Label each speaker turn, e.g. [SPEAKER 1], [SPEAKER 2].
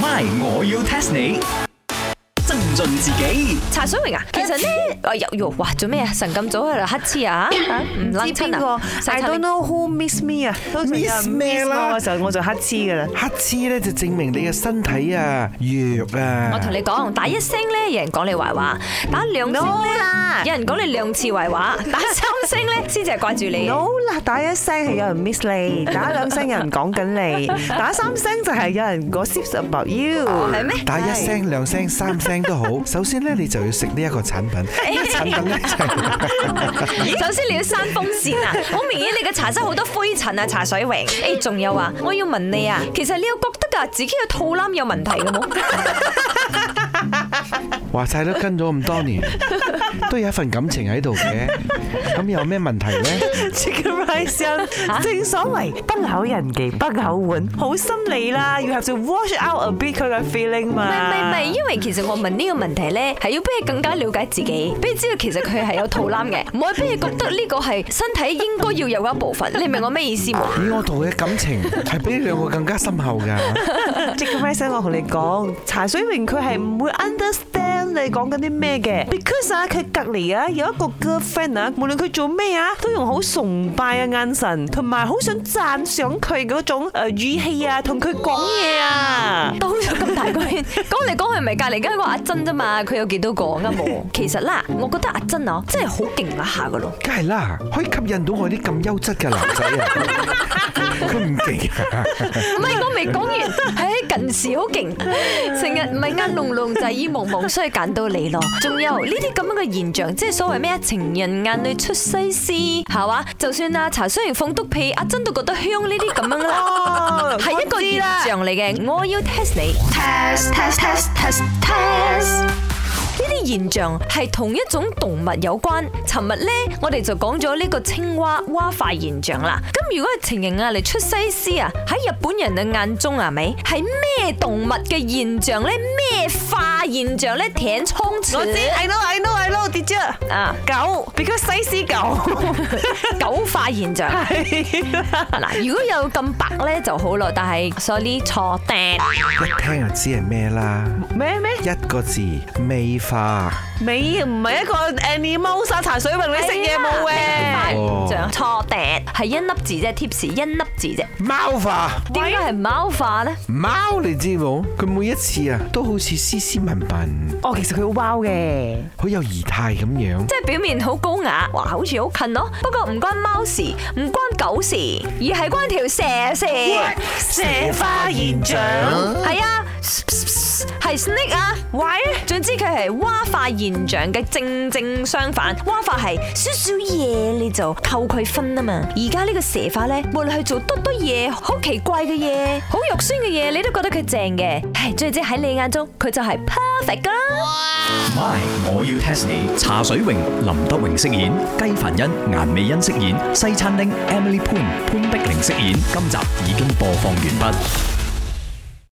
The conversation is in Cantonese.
[SPEAKER 1] My，我要 test 你。增進自己
[SPEAKER 2] 茶水榮啊，其實 咧，哎呦呦，哇，做咩啊？神咁早喺度黑黐啊？嚇唔
[SPEAKER 3] 唔知
[SPEAKER 2] 冷親
[SPEAKER 3] 邊個
[SPEAKER 2] 啊？
[SPEAKER 3] ？I don't know who miss me 啊通常有人
[SPEAKER 4] Miss 咩啦
[SPEAKER 3] 我嘅時候我就黑黐噶啦。
[SPEAKER 4] 黑黐咧就證明你嘅身體啊弱啊。
[SPEAKER 2] 我同你講，打一聲咧，有人講你壞話；打兩聲咧，
[SPEAKER 3] 啦
[SPEAKER 2] 有人講你兩次壞話；打三聲咧，先至係掛住你。
[SPEAKER 3] ，no 啦，打一聲係有人 miss 你，打兩聲有人講緊你，打三聲就係有人 gossip about you。
[SPEAKER 2] 係咩？
[SPEAKER 4] 打一聲、兩聲、三聲 都好。首先咧，你就要食呢一個產品。呢個產品咧就係
[SPEAKER 2] 首先你要閂風扇啊！好明顯你嘅茶室好多灰塵啊，茶水榮。誒，仲有啊，我要問你啊，其實你有覺得啊自己嘅肚腩有問題嘅冇？
[SPEAKER 4] 話晒都跟咗咁多 年，都有一份感情喺度嘅。咁有咩問題咧？
[SPEAKER 3] Chicken rice 因正所謂不朽人忌不朽碗，好心理啦，you have to wash out a bit 佢嘅 feeling
[SPEAKER 2] 唔係
[SPEAKER 3] 嘛。
[SPEAKER 2] 唔係，因為其實我問呢個問題咧，係要俾你更加了解自己，俾你知道其實佢係有肚腩 嘅，唔可以俾你覺得呢個係身體應該要有一部分。你明我咩意 思冇？
[SPEAKER 4] 以我同佢嘅感情係比你兩個更加深厚㗎。
[SPEAKER 3] Chicken rice 因我同你講，茶水榮佢係唔會 understand 你講緊啲咩嘅，because 啊佢隔離啊有一個 girlfriend 啊，無論佢做咩啊，都用好崇拜嘅眼神，同埋好想讚賞佢嗰種誒語氣啊，同佢講嘢啊。
[SPEAKER 2] 兜咗咁大個圈，講嚟講去咪隔離間個阿珍啫嘛，佢有幾多個啱 冇？其實啦，我覺得阿珍啊，真係好勁一下噶咯。
[SPEAKER 4] 梗係啦，可以吸引到我啲咁優質嘅男仔啊！佢唔勁啊！
[SPEAKER 2] 唔係我未講完，喺近時好勁，成日唔係眼濛濛就係耳蒙蒙，所以揀到你咯。仲有呢啲咁樣嘅現象，即係所謂咩啊情人眼裏出西施，係嘛？就算啊茶雖然放督屁，阿珍都覺得香呢啲咁樣啦
[SPEAKER 3] 哦，
[SPEAKER 2] 係一個現象嚟嘅。我要 test 你。
[SPEAKER 5] test test test test test
[SPEAKER 2] 呢啲現象係同一種動物有關。尋日呢，我哋就講咗呢個青蛙蛙化現象啦。咁如果係情人啊嚟出西施啊，喺日本人嘅眼中係啊咪係咩動物嘅現象呢？咩化現象呢？舔倉鼠
[SPEAKER 3] 我知，I know I know I know，跌咗
[SPEAKER 2] 啊，
[SPEAKER 3] 狗，because 西施狗。
[SPEAKER 2] 狗化現象。嗱，如果有咁白呢就好咯，但係 sorry 錯定。
[SPEAKER 4] 一聽就知係咩啦，
[SPEAKER 3] 咩咩
[SPEAKER 4] 一個字美化。
[SPEAKER 3] 美唔係一個 animal 沙茶水榮，你食嘢冇
[SPEAKER 2] 化現
[SPEAKER 3] 嘅。
[SPEAKER 2] 象錯定係一粒字啫，tips 一粒字啫。
[SPEAKER 4] 貓化
[SPEAKER 2] 點解係貓化呢？
[SPEAKER 4] 貓你知冇？佢每一次啊都好似斯斯文文，
[SPEAKER 3] 哦，其實佢好 wow 嘅。
[SPEAKER 4] 好有儀態咁樣。
[SPEAKER 2] 即係表面好高雅，哇，好似好近咯。不過唔關貓事，唔關狗事，而係關條蛇事。
[SPEAKER 3] 蛇化現象，
[SPEAKER 2] 係啊，係 snake 啊。
[SPEAKER 3] 喂，
[SPEAKER 2] 總之佢係蛙化現象嘅正正相反，蛙化係少少嘢你就扣佢分啊嘛。而家呢個蛇化呢，無論係做多多嘢、好奇怪嘅嘢、好肉酸嘅嘢，你都覺得佢正嘅。唉，總之喺你眼中佢就係 perfect 噶啦。
[SPEAKER 1] ，My，我要 test 你。茶水榮、林德榮飾演，雞凡欣、顏美欣飾演，西餐廳 Emily Poon 潘碧玲飾演。今集已經播放完畢。